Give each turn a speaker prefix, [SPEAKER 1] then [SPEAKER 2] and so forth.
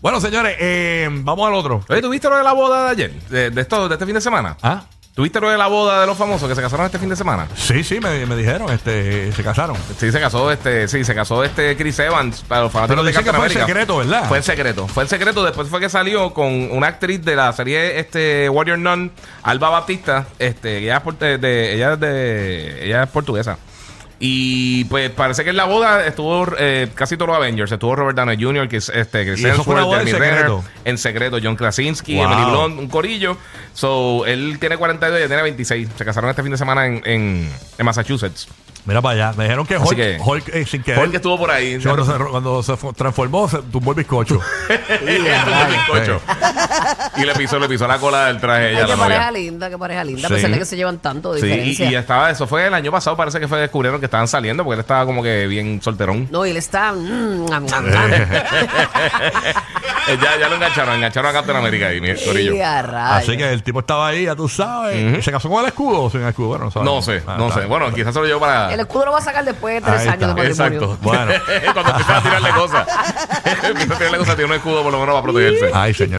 [SPEAKER 1] Bueno, señores, eh, vamos al otro.
[SPEAKER 2] Oye, ¿tuviste lo de la boda de ayer? De, de esto, de este fin de semana.
[SPEAKER 1] ¿Ah?
[SPEAKER 2] ¿Tuviste lo de la boda de los famosos que se casaron este fin de semana?
[SPEAKER 1] Sí, sí, me, me dijeron, este, se casaron.
[SPEAKER 2] Sí, se casó este, sí, se casó este Chris Evans para los fanáticos
[SPEAKER 1] Pero
[SPEAKER 2] de
[SPEAKER 1] dicen que
[SPEAKER 2] Captain
[SPEAKER 1] fue en
[SPEAKER 2] America.
[SPEAKER 1] secreto, ¿verdad?
[SPEAKER 2] Fue en secreto. Fue en secreto. Después fue que salió con una actriz de la serie este Warrior Nun, Alba Baptista. Este, ella es, por- de, de- ella es de- ella es portuguesa. Y pues parece que en la boda estuvo eh, casi todos los Avengers. Estuvo Robert Downey Jr., que es este, Chris
[SPEAKER 1] Y eso fue una boda
[SPEAKER 2] Hemsworth,
[SPEAKER 1] en
[SPEAKER 2] Jeremy Renner,
[SPEAKER 1] secreto.
[SPEAKER 2] en secreto, John Krasinski,
[SPEAKER 1] Wow.
[SPEAKER 2] Emily Blunt, un corillo. So, él tiene 42 y ella tiene 26. Se casaron este fin de semana en, en, en Massachusetts.
[SPEAKER 1] Pues, Mira para allá. Me dijeron que
[SPEAKER 2] Así
[SPEAKER 1] Hulk,
[SPEAKER 2] que-
[SPEAKER 1] Hulk, eh, sin querer.
[SPEAKER 2] Jorge estuvo por ahí.
[SPEAKER 1] cuando, se, cuando se fu- transformó, se tumbó el bizcocho.
[SPEAKER 2] bizcocho. y le pisó, le pisó la cola del traje
[SPEAKER 3] Ay,
[SPEAKER 2] ella, la
[SPEAKER 3] qué
[SPEAKER 2] novia.
[SPEAKER 3] pareja linda, qué pareja linda.
[SPEAKER 2] Sí.
[SPEAKER 3] A pesar de que se llevan tanto de
[SPEAKER 2] Sí, y,
[SPEAKER 3] diferencia.
[SPEAKER 2] y estaba, eso fue el año pasado, parece que fue descubrieron que estaban saliendo porque él estaba como que bien solterón.
[SPEAKER 3] No, y él está. mm, am, am, am.
[SPEAKER 2] Eh, ya, ya lo engancharon, engancharon a Captain America ahí, mi corillo.
[SPEAKER 3] Y a
[SPEAKER 2] Ah,
[SPEAKER 3] rayos.
[SPEAKER 1] Así que el tipo estaba ahí, ya tú sabes. ¿Se casó con el escudo o sin el escudo? Bueno, no sabemos.
[SPEAKER 2] No sé,
[SPEAKER 1] Ah,
[SPEAKER 2] no
[SPEAKER 1] está
[SPEAKER 2] sé.
[SPEAKER 1] bien.
[SPEAKER 2] Bueno, quizás se lo llevo para.
[SPEAKER 3] El escudo lo va a sacar después de tres
[SPEAKER 1] Ahí
[SPEAKER 3] años de
[SPEAKER 1] está.
[SPEAKER 3] matrimonio.
[SPEAKER 2] Exacto.
[SPEAKER 1] Bueno.
[SPEAKER 2] Cuando empieza a tirarle cosas. empieza a tirarle cosas, tiene un escudo por lo menos para protegerse.
[SPEAKER 1] Ay, señor.